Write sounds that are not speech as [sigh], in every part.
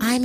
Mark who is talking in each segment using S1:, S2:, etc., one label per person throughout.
S1: I'm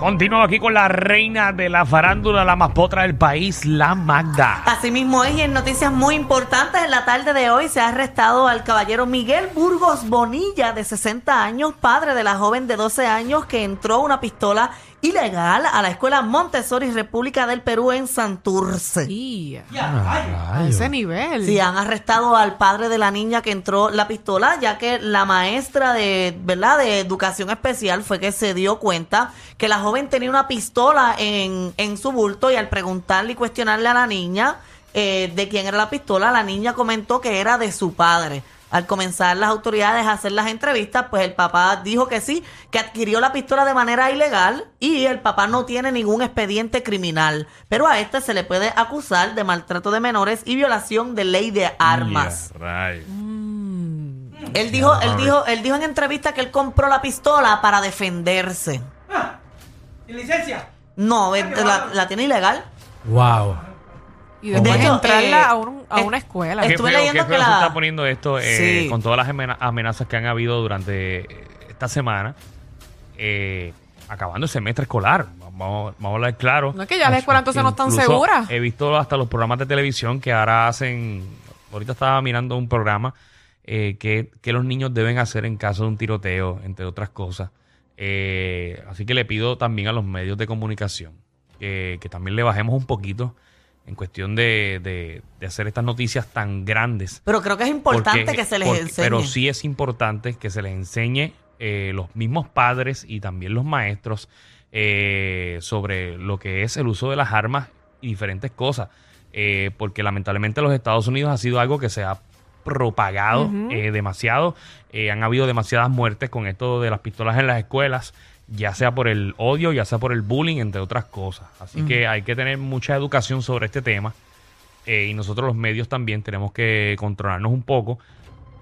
S2: Continuamos aquí con la reina de la farándula, la más potra del país, la Magda.
S3: Asimismo es, y en noticias muy importantes, en la tarde de hoy se ha arrestado al caballero Miguel Burgos Bonilla, de 60 años, padre de la joven de 12 años que entró una pistola ilegal a la escuela Montessori República del Perú en Santurce.
S4: Sí, Ah, a
S2: Ay,
S4: ese nivel.
S3: Sí, han arrestado al padre de la niña que entró la pistola, ya que la maestra de, ¿verdad?, de educación especial fue que se dio cuenta que la joven tenía una pistola en, en su bulto y al preguntarle y cuestionarle a la niña eh, de quién era la pistola, la niña comentó que era de su padre. Al comenzar las autoridades a hacer las entrevistas, pues el papá dijo que sí, que adquirió la pistola de manera ilegal y el papá no tiene ningún expediente criminal. Pero a este se le puede acusar de maltrato de menores y violación de ley de armas.
S2: Yeah, right.
S3: Él dijo, él dijo, él dijo en entrevista que él compró la pistola para defenderse.
S5: Ah, ¿Sin licencia? Ah,
S3: No, eh, la, la tiene ilegal.
S6: Wow.
S4: Y después
S3: De hecho,
S4: entrarla
S3: eh,
S4: a, un- a
S3: es-
S4: una escuela.
S2: Qué
S3: Estuve
S2: feo,
S3: leyendo
S2: qué feo
S3: que
S2: se
S3: la-
S2: está poniendo esto eh,
S3: Sí.
S2: con todas las amena- amenazas que han habido durante eh, esta semana, eh, acabando el semestre escolar. Vamos, vamos a hablar claro.
S4: No, es que ya las escuelas entonces no están
S2: Incluso
S4: seguras.
S2: He visto hasta los programas de televisión que ahora hacen. Ahorita estaba mirando un programa eh, que, que los niños deben hacer en caso de un tiroteo, entre otras cosas. Eh, así que le pido también a los medios de comunicación eh, que también le bajemos un poquito en cuestión de, de- de hacer estas noticias tan grandes.
S3: Pero creo que es importante
S2: Porque-
S3: que se les
S2: porque-
S3: enseñe.
S2: Pero sí es importante que se les enseñe eh, los mismos padres y también los maestros eh, sobre lo que es el uso de las armas y diferentes cosas. Eh, porque lamentablemente los Estados Unidos ha sido algo que se ha propagado eh, demasiado. Eh, han habido demasiadas muertes con esto de las pistolas en las escuelas, ya sea por el odio, ya sea por el bullying, entre otras cosas. Así que hay que tener mucha educación sobre este tema. Eh, y nosotros los medios también tenemos que controlarnos un poco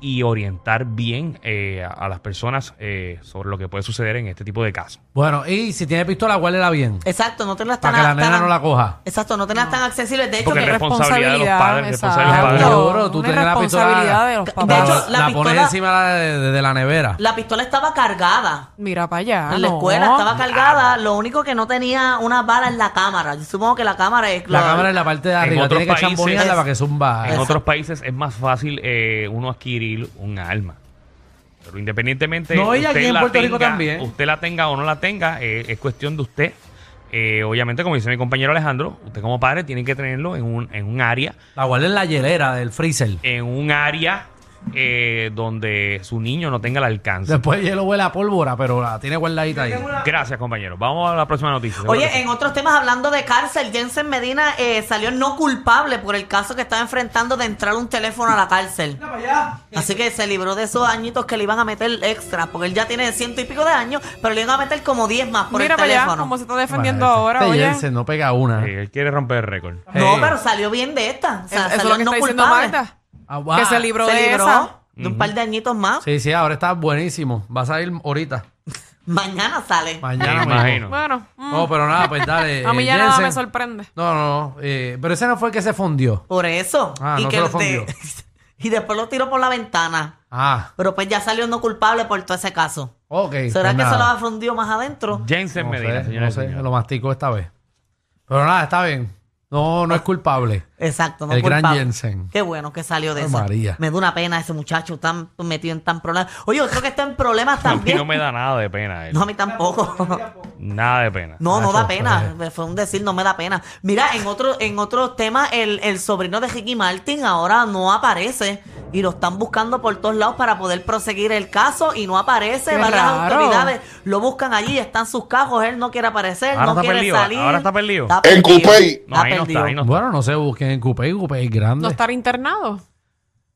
S2: y orientar bien eh, a, a las personas eh, sobre lo que puede suceder en este tipo de casos.
S6: Bueno, y si tiene pistola, guárdela bien.
S3: Exacto, no te la están
S6: Para que la
S3: tan-
S6: nena no la coja.
S3: Exacto, no te la están accesibles. De hecho,
S2: Porque
S3: que-
S2: es responsabilidad de los padres, responsabilidad de los
S4: exacto.
S2: padres.
S6: Seguro, tú
S4: Una
S6: tenés la pistola-
S4: responsabilidad de los
S3: De
S4: papás.
S3: hecho, la
S6: la, pones
S3: pistola-
S6: encima de, de- de la nevera.
S3: la pistola estaba cargada.
S4: Mira para allá.
S3: En la
S4: Ah, no.
S3: escuela estaba cargada, lo único que no tenía una bala en la cámara. Yo supongo que la cámara es
S6: La cámara en la parte de arriba.
S2: otros
S6: Tiene que
S2: países-
S6: chambonearla para que zumba.
S2: En otros países es más fácil eh, uno adquirir un alma. Pero independientemente
S6: No, y aquí en Puerto Rico también.
S2: usted la tenga o no la tenga, eh, es cuestión de usted. Eh, obviamente, como dice mi compañero Alejandro, usted como padre tiene que tenerlo en un, en un área,
S6: La guarda en la hielera del freezer.
S2: en un área eh, donde su niño no tenga el alcance.
S6: Después el hielo huele a pólvora, pero la tiene guardadita ahí.
S2: Gracias, compañero. Vamos a la próxima noticia. Seguro
S3: Oye,
S2: que
S3: en otros temas, hablando de cárcel, Jensen Medina eh, salió no culpable por el caso que estaba enfrentando de entrar un teléfono a la cárcel. Así que se libró de esos añitos que le iban a meter extra, porque él ya tiene ciento y pico de años, pero le iban a meter como 10 más por
S4: Mira
S3: el
S4: para allá
S3: teléfono.
S4: cómo se está defendiendo
S6: Bueno,
S4: ahora,
S6: este
S4: oye.
S6: Jensen no pega una.
S2: sí. Eh, él quiere romper el récord.
S3: No,
S6: Hey.
S3: pero salió bien de esta. O
S4: Eso
S3: sea,
S4: es
S3: salió
S4: lo que
S3: no
S4: está diciendo
S3: culpable.
S4: Magda.
S6: Ah, guau.
S4: Que se libró
S3: Se
S4: de esa.
S3: libró de un par de añitos más.
S6: Sí, sí, ahora está buenísimo. Va a salir ahorita.
S3: Mañana sale.
S6: Mañana.
S2: Me
S6: mismo.
S2: imagino.
S4: Bueno, mm,
S6: No, pero nada, pues dale.
S4: a mí
S6: eh,
S4: ya nada
S6: Jensen.
S4: me sorprende.
S6: No, no, no. eh, pero ese no fue el que se fundió.
S3: Por eso.
S6: Ah, no se
S3: el
S6: lo fundió.
S3: [laughs] y después lo tiró por la ventana.
S6: Ah,
S3: Pero pues ya salió no culpable por todo ese caso.
S6: ok.
S3: ¿Será
S6: pues
S3: que
S6: nada.
S3: se lo ha fundido más adentro?
S2: Jensen
S6: No
S2: Medina,
S6: sé,
S2: señoras y
S6: no sé, [laughs]
S2: señores.
S6: lo masticó esta vez. Pero nada, está bien. No, no es culpable.
S3: Exacto, no
S6: El gran
S3: culpable.
S6: Jensen.
S3: Qué bueno que salió de
S6: Ay,
S3: eso.
S6: María.
S3: Me da una pena ese muchacho tan metido en tan problemas. Oye, otro que está en problemas
S2: A mí
S3: también.
S2: no me da nada de pena. él.
S3: No, a mí tampoco.
S2: Nada de pena.
S3: No, no
S6: Nacho,
S3: da pena. Fue un decir, no me da pena. Mira, en otro, en otros temas, el, el sobrino de Ricky Martin ahora no aparece. Y lo están buscando por todos lados para poder proseguir el caso y no aparece.
S4: Qué
S3: Varias
S4: raro.
S3: autoridades lo buscan allí, están sus cajos, él no quiere aparecer,
S2: Ahora
S3: no
S2: está
S3: quiere
S2: perdido,
S3: salir.
S2: ahora está perdido.
S7: En Coupey.
S2: No, ahí no está, ahí no está.
S6: Bueno, no sé, busquen en Coupé, Coupé es grande.
S4: No estar internado.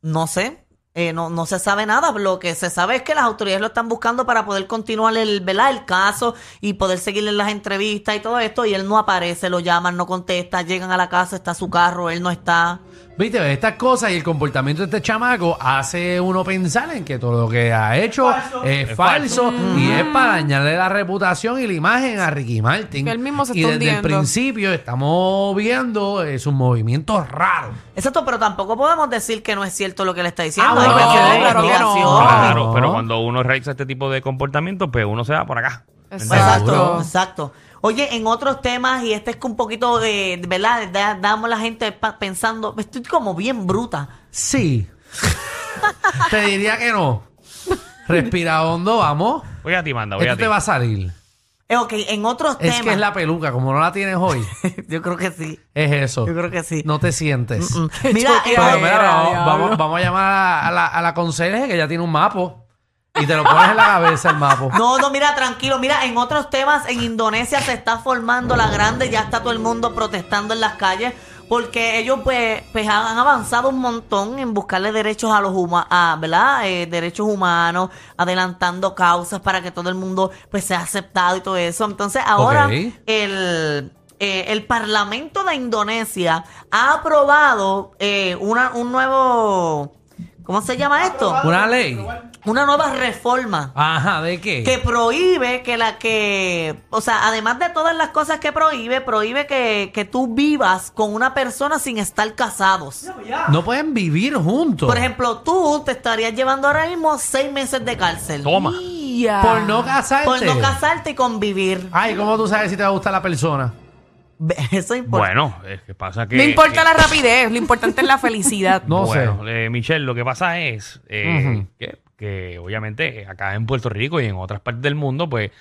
S3: No sé, eh, no, no se sabe nada. Lo que se sabe es que las autoridades lo están buscando para poder continuar el, ¿verdad? el caso y poder seguirle las entrevistas y todo esto. Y él no aparece, lo llaman, no contesta, llegan a la casa, está su carro, él no está.
S6: Viste, estas cosas y el comportamiento de este chamaco hace uno pensar en que todo lo que ha hecho
S5: Falso.
S6: es
S2: Es
S6: falso, y
S4: Mm.
S6: es para dañarle la reputación y la imagen a Ricky Martin.
S4: Que él mismo se
S6: y
S4: está
S6: desde el
S4: hundiendo.
S6: principio estamos viendo eh, sus movimientos raros.
S3: Exacto, pero tampoco podemos decir que no es cierto lo que le está diciendo.
S6: Ah,
S3: Hay
S6: no,
S3: que hacer
S6: claro que no.
S3: investigación.
S2: Claro,
S6: No.
S2: pero cuando uno realiza este tipo de comportamiento, pues uno se va por acá.
S3: Exacto,
S6: Seguro.
S3: exacto. Oye, en otros temas, y este es que un poquito de, de ¿verdad? Da- damos la gente pa- pensando, estoy como bien bruta.
S4: [laughs]
S6: Sí. te diría que no. Respira hondo, vamos.
S2: Voy a ti, manda, voy
S6: Esto
S2: a ti.
S6: te va a salir.
S3: Eh, ok, en otros
S6: Es
S3: temas.
S6: que es la peluca, como no la tienes hoy,
S3: [laughs] Yo creo que sí.
S6: es eso.
S3: Yo creo que sí.
S6: No te sientes.
S3: Mira, eh,
S6: Pero
S4: Ay,
S6: mira,
S4: era,
S6: vamos,
S4: diablo.
S6: vamos- vamos a llamar a, a la, a la conserje que ya tiene un mapo. Y te lo pones en la cabeza el mapo.
S3: No, no, mira, tranquilo. Mira, en otros temas, en Indonesia se está formando la grande, ya está todo el mundo protestando en las calles. Porque ellos pues, pues, han avanzado un montón en buscarle derechos a los humanos, ¿verdad? Eh, derechos humanos, adelantando causas para que todo el mundo pues sea aceptado y todo eso. Entonces ahora
S6: Ok.
S3: el, eh, el Parlamento de Indonesia ha aprobado eh, una, un nuevo, ¿cómo se llama esto?
S6: Una ley.
S3: Una nueva reforma
S6: Ajá, ¿de qué?
S3: que prohíbe que la que, o sea, además de todas las cosas que prohíbe, prohíbe que, que tú vivas con una persona sin estar casados.
S6: No pueden vivir juntos.
S3: Por ejemplo, tú te estarías llevando ahora mismo seis meses de cárcel
S2: Toma.
S6: Por no casarte.
S3: por no casarte y convivir.
S6: Ay, ¿cómo tú sabes si te va a gustar la persona?
S3: Ve, [laughs] Eso es importante.
S2: Bueno, es que pasa que.
S4: No importa la rapidez, lo importante es la felicidad.
S6: No
S2: bueno,
S6: sé.
S2: eh, Michelle, lo que pasa es eh,
S6: Ujú.
S2: que, que obviamente eh, acá en Puerto Rico y en otras partes del mundo, pues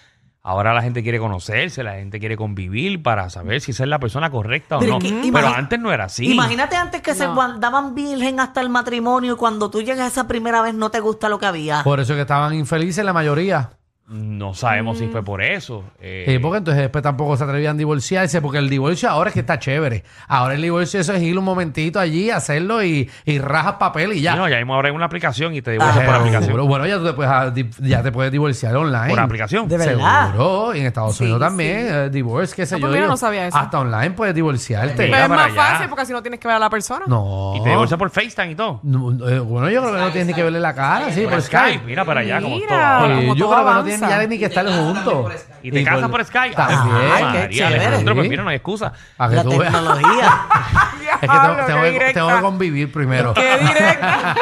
S2: ahora la gente quiere conocerse, la gente quiere convivir para saber si esa es la persona correcta o
S3: Pero
S2: no.
S3: es que
S2: Pero
S3: imagi-
S2: antes no era así.
S3: Imagínate antes que se
S4: No.
S3: guardaban virgen hasta el matrimonio y cuando tú llegas esa primera vez no te gusta lo que había.
S6: Por eso es que estaban infelices la mayoría.
S2: No sabemos si
S3: Mm.
S2: fue por eso. eh,
S6: Eh, porque entonces después tampoco se atrevían a divorciarse, porque el divorcio ahora es que está chévere. Ahora el divorcio eso es ir un momentito allí, hacerlo y, y rajas papel y ya.
S2: No, ya mismo habrá una aplicación y te divorcias
S3: Ah,
S2: por
S6: Seguro.
S2: aplicación.
S6: Bueno, ya tú te puedes, ah, di- ya te puedes divorciar online.
S2: Por aplicación.
S3: De verdad.
S6: Seguro, y en Estados
S3: Sí,
S6: Unidos también, eh, divorce, qué sé
S4: Ah,
S6: yo.
S4: pues mira,
S6: digo,
S4: no sabía eso.
S6: Hasta online puedes divorciarte.
S4: Pero
S2: Mira
S4: es
S2: para
S4: más
S2: allá.
S4: fácil porque así no tienes que ver a la persona.
S6: No.
S2: Y te divorcias por FaceTime y todo.
S6: No, eh, bueno, yo creo que no tienes ni que verle la cara, sí, por
S2: Por Skype,
S6: Skype.
S2: mira para allá como
S4: Mira.
S2: todo.
S4: Ahora,
S6: Eh,
S4: como
S6: yo
S4: todo
S6: creo que no
S4: avanza.
S6: tienen ya ni que estar juntos.
S2: Y te casas por Skype. Ah,
S6: También.
S3: Ay, qué chévere.
S2: Alejandro, pues
S6: Sí.
S2: mira, no hay excusa.
S6: A que
S3: La
S6: [laughs] tú veas.
S3: tecnología.
S6: [laughs] Es que
S4: Diablo,
S6: tengo, tengo
S4: qué
S6: que,
S4: directa.
S6: tengo [laughs] que convivir primero. [laughs]
S4: Qué [laughs] directa.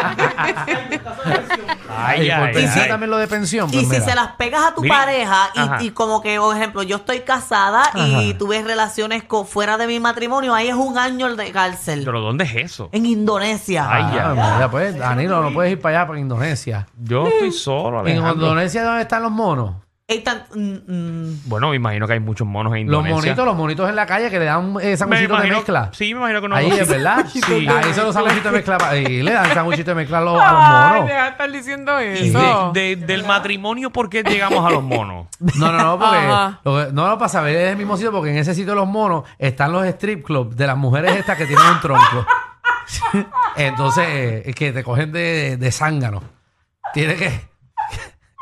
S2: Ay,
S6: y por
S2: ay,
S6: pensar
S2: ay.
S6: también lo de pensión.
S3: Y
S6: pues
S3: si
S6: mira.
S3: se las pegas a tu
S2: Mira,
S3: pareja
S2: ajá.
S3: y, y como que, por ejemplo, yo estoy casada y
S6: Ajá.
S3: tuve relaciones con, fuera de mi matrimonio, ahí es un año de cárcel.
S2: Pero ¿dónde es eso?
S3: En Indonesia.
S2: Ay,
S6: Ah,
S2: ya.
S6: María, pues, Danilo, no puedes ir para allá, para Indonesia.
S2: Yo estoy solo,
S6: Eh, ¿En
S2: Alejandro.
S6: Indonesia dónde están los monos?
S3: Ey, tan- mm, mm.
S2: Bueno, me imagino que hay muchos monos en
S6: Los
S2: Indonesia.
S6: monitos, los monitos en la calle que le dan eh, sanguchitos de
S2: imagino-
S6: mezcla.
S2: Sí, me imagino que no.
S6: Ahí
S2: [laughs]
S6: es verdad.
S2: Sí.
S6: Ahí son los sanguchitos de mezcla. pa- Y le dan sanguchitos de mezcla a los, a los
S4: Ay,
S6: monos.
S4: deja de estar diciendo
S2: Y
S4: eso.
S2: de- de- del matrimonio, ¿por qué llegamos a los monos?
S6: [laughs] No, no, no,
S4: [laughs]
S6: porque
S4: Ajá.
S6: lo que- no lo para saber es el mismo sitio, porque en ese sitio de los monos están los strip clubs de las mujeres estas que tienen un tronco. [laughs] Entonces, eh, es que te cogen de, de zángano. Tiene que. [laughs]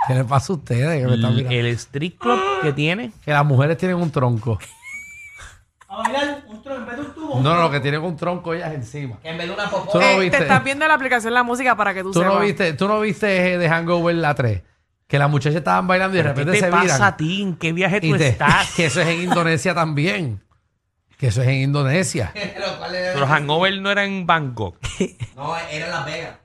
S6: ¿Qué le pasa a ustedes? Que, me están mirando?
S2: El street club que tiene.
S6: que las mujeres tienen un tronco.
S5: A bailar un tronco, en vez de un tubo.
S6: No, no, no, que tienen un tronco ellas encima.
S5: En vez de una popó.
S6: Tú no
S4: Eh,
S6: viste.
S4: Te estás viendo la aplicación la música para que tú,
S6: ¿Tú
S4: sepas.
S6: no, viste, ¿Tú no viste eh, de Hangover la 3? Que las muchachas estaban bailando y de
S2: ¿Qué
S6: repente se
S2: te pasa
S6: viran.
S2: a ti? ¿En qué viaje
S6: Y
S2: tú
S6: te-
S2: estás?
S6: [laughs] que eso es en Indonesia también. Que eso es en Indonesia.
S2: Pero Hangover no era en Bangkok.
S5: No, era Las Vegas.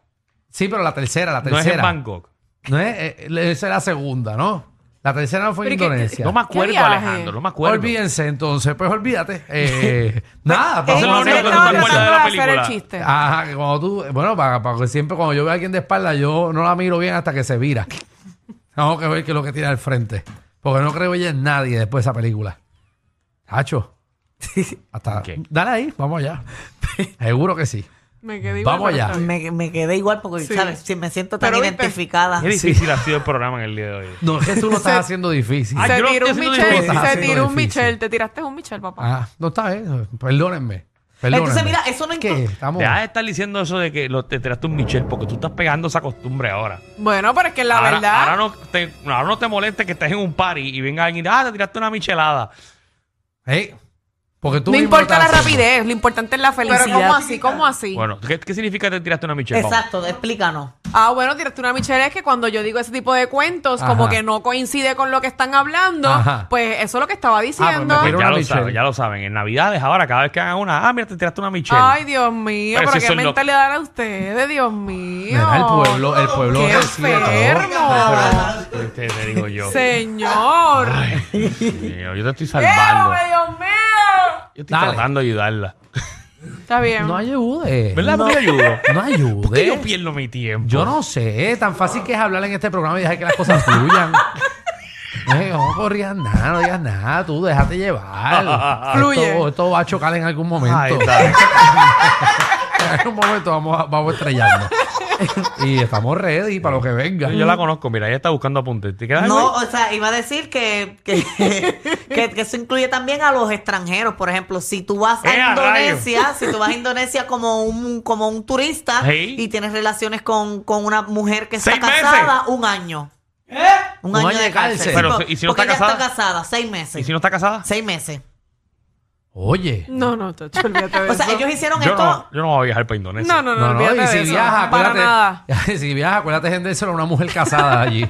S6: Sí, pero la tercera, la
S2: No es en
S6: tercera.
S2: Bangkok.
S6: No es- eh, esa es la segunda, ¿no? La tercera no fue en
S4: Pero ¿y qué-
S6: Indonesia.
S2: No me acuerdo,
S4: viaje?
S2: Alejandro. No me acuerdo.
S6: Olvídense entonces, pues olvídate.
S2: [laughs]
S6: Eh, nada, vamos
S2: Eso
S6: a
S2: es lo
S6: hacer
S2: único
S6: otra
S2: que
S4: Estaba
S2: no te
S6: cosa.
S2: acuerdas de
S4: tratando
S2: la
S4: de hacer el
S2: película.
S4: chiste.
S6: Ajá, que cuando tú, bueno, para, para que siempre cuando yo veo a alguien de espalda, yo no la miro bien hasta que se vira. Tengo que ver qué es lo que tiene al frente. Porque no creo ella en nadie después de esa película. Hacho. Hasta.
S2: Ok.
S6: Dale ahí, vamos allá. Seguro que sí.
S4: Me quedé igual.
S6: Vamos
S4: pero
S6: allá.
S4: está bien.
S3: Me, me quedé igual porque,
S4: Sí.
S3: ¿sabes? Si me siento tan
S4: Pero viste-
S3: identificada.
S2: Qué difícil ha sido el programa en el día de hoy.
S6: [laughs] No, es que tú lo estás haciendo difícil.
S2: Ay, yo
S4: Se
S2: no
S4: tiró un
S2: estoy haciendo
S4: Michel,
S6: ningún-
S4: se
S6: Está haciendo
S4: tiró un
S6: difícil.
S4: Michel, te tiraste un Michel, papá.
S6: Ah, no está bien. Perdónenme. Perdónenme.
S3: Entonces, mira, eso no
S6: ¿Qué?
S3: inclu-
S6: Estamos.
S2: Deja de estar diciendo eso de que lo, te tiraste un Michel porque tú estás pegando esa costumbre ahora.
S4: Bueno, pero es que la
S2: ahora,
S4: verdad.
S2: ahora no te, ahora no te molestes que estés en un party y venga alguien, ah, te tiraste una michelada.
S6: Ey, porque tú
S4: no
S6: mismo
S4: importa
S6: lo
S4: la
S6: estás haciendo.
S4: rapidez, lo importante es la felicidad. Pero ¿cómo así? ¿Cómo así?
S2: Bueno, ¿qué, qué significa te tiraste una Michelle? Vamos.
S3: Exacto, explícanos.
S4: Ah, bueno, tiraste una Michelle es que cuando yo digo ese tipo de cuentos,
S6: Ajá.
S4: como que no coincide con lo que están hablando,
S6: Ajá.
S4: pues eso es lo que estaba diciendo.
S6: pues me
S2: Pues
S6: Pero
S2: ya
S6: una
S2: lo
S6: Michelle.
S2: saben, ya lo saben. En Navidades ahora, cada vez que hagan una, ah, mira, te tiraste una Michelle.
S4: Ay, Dios mío,
S2: Pero
S4: pero,
S6: Pues
S2: si
S4: qué
S2: son los-
S4: mentalidad era ustedes, Dios mío.
S6: Mira, el pueblo, el pueblo
S4: Qué
S6: recibe todo.
S4: enfermo.
S2: Te, Este, te digo yo.
S4: Señor.
S2: Mío, Yo te estoy salvando.
S4: ¡Dios, Dios mío!
S2: Yo estoy
S6: Dale.
S2: tratando de ayudarla.
S4: Está bien.
S6: No ayude.
S2: ¿Verdad? ¿Por qué ayudo?
S6: [laughs] No ayude.
S2: ¿Por qué yo pierdo mi tiempo?
S6: Yo no sé, tan fácil que es hablar en este programa y dejar que las
S2: [laughs]
S6: cosas fluyan. Eh, no corrías nada, no digas nada, tú
S2: [laughs]
S6: déjate llevar.
S4: Fluye.
S6: Esto, esto va a chocar en algún momento.
S2: Ahí está.
S6: [laughs] en algún momento vamos a, vamos a estrellarnos. y estamos ready para lo que venga.
S2: Yo la conozco, mira, ella está buscando apuntes. ¿Te quedas
S3: No,
S2: no.
S3: o sea, iba a decir que, que, [laughs] que- que eso incluye también a los extranjeros. Por ejemplo, si tú vas a
S2: ¡Eh, a
S3: Indonesia, si tú vas a Indonesia como un, como un turista
S2: Sí.
S3: y tienes relaciones con, con una mujer que está
S2: ¡Seis meses!
S3: casada, un año. Un, año, de cárcel.
S6: Pero,
S3: Por-
S2: ¿y si no
S3: porque
S2: está
S3: ella
S2: casada?
S3: está casada, seis meses.
S2: ¿Y si no está casada?
S3: Seis meses.
S6: Oye.
S4: No, no, chacho, olvídate de
S3: [laughs] O sea,
S4: eso.
S3: ellos hicieron
S2: Yo
S3: esto.
S2: no, yo no voy a viajar para Indonesia.
S4: No, no, no, olvídate
S6: y
S4: de
S6: si
S4: eso.
S6: viaja,
S4: Para nada.
S6: acuérdate. [laughs] Si viaja, acuérdate, gente, solo una mujer
S4: [laughs]
S6: casada allí.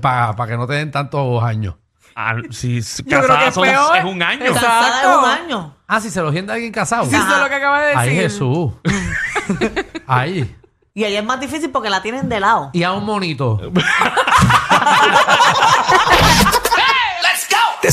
S6: Para que no te den tantos años.
S2: Ah, si si
S4: Yo creo
S2: casada
S4: que es
S2: son-
S4: peor.
S2: es un año.
S4: Exacto.
S3: Casada es un año.
S6: Ah, si se lo hiende a alguien casado.
S4: Sí, eso es lo que acabas de decir. [laughs]
S6: Ay, Jesús. Ahí.
S3: Y ahí es más difícil porque la tienen de lado.
S6: Y a un monito.
S7: Te